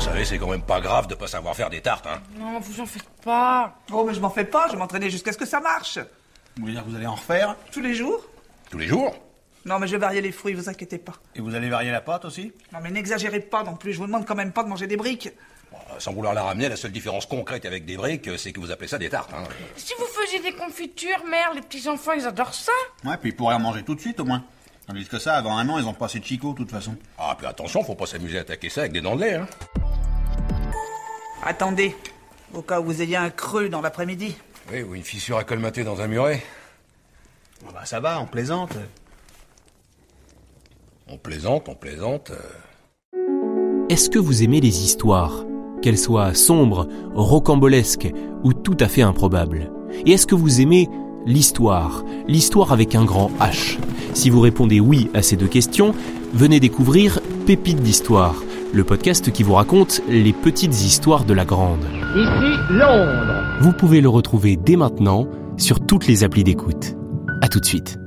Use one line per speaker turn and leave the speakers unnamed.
savez, c'est quand même pas grave de pas savoir faire des tartes, hein.
Non, vous en faites pas.
Oh, mais je m'en fais pas, je vais m'entraîner jusqu'à ce que ça marche.
Vous voulez dire que vous allez en refaire
Tous les jours
Tous les jours
Non, mais je vais varier les fruits, vous inquiétez pas.
Et vous allez varier la pâte aussi
Non, mais n'exagérez pas non plus, je vous demande quand même pas de manger des briques.
Euh, Sans vouloir la ramener, la seule différence concrète avec des briques, euh, c'est que vous appelez ça des tartes, hein.
Si vous faisiez des confitures, mère, les petits enfants, ils adorent ça.
Ouais, puis ils pourraient en manger tout de suite au moins. Tandis que ça, avant un an, ils ont passé Chico de toute façon.
Ah, puis attention, faut pas s'amuser à attaquer ça avec des dents de lait, hein.
Attendez, au cas où vous ayez un creux dans l'après-midi.
Oui, ou une fissure à colmater dans un muret.
Ah bah ça va, on plaisante.
On plaisante, on plaisante. euh.
Est-ce que vous aimez les histoires Qu'elles soient sombres, rocambolesques ou tout à fait improbables Et est-ce que vous aimez l'histoire L'histoire avec un grand H Si vous répondez oui à ces deux questions, venez découvrir Pépites d'Histoire, le podcast qui vous raconte les petites histoires de la grande.
Ici Londres.
Vous pouvez le retrouver dès maintenant sur toutes les applis d'écoute. À tout de suite.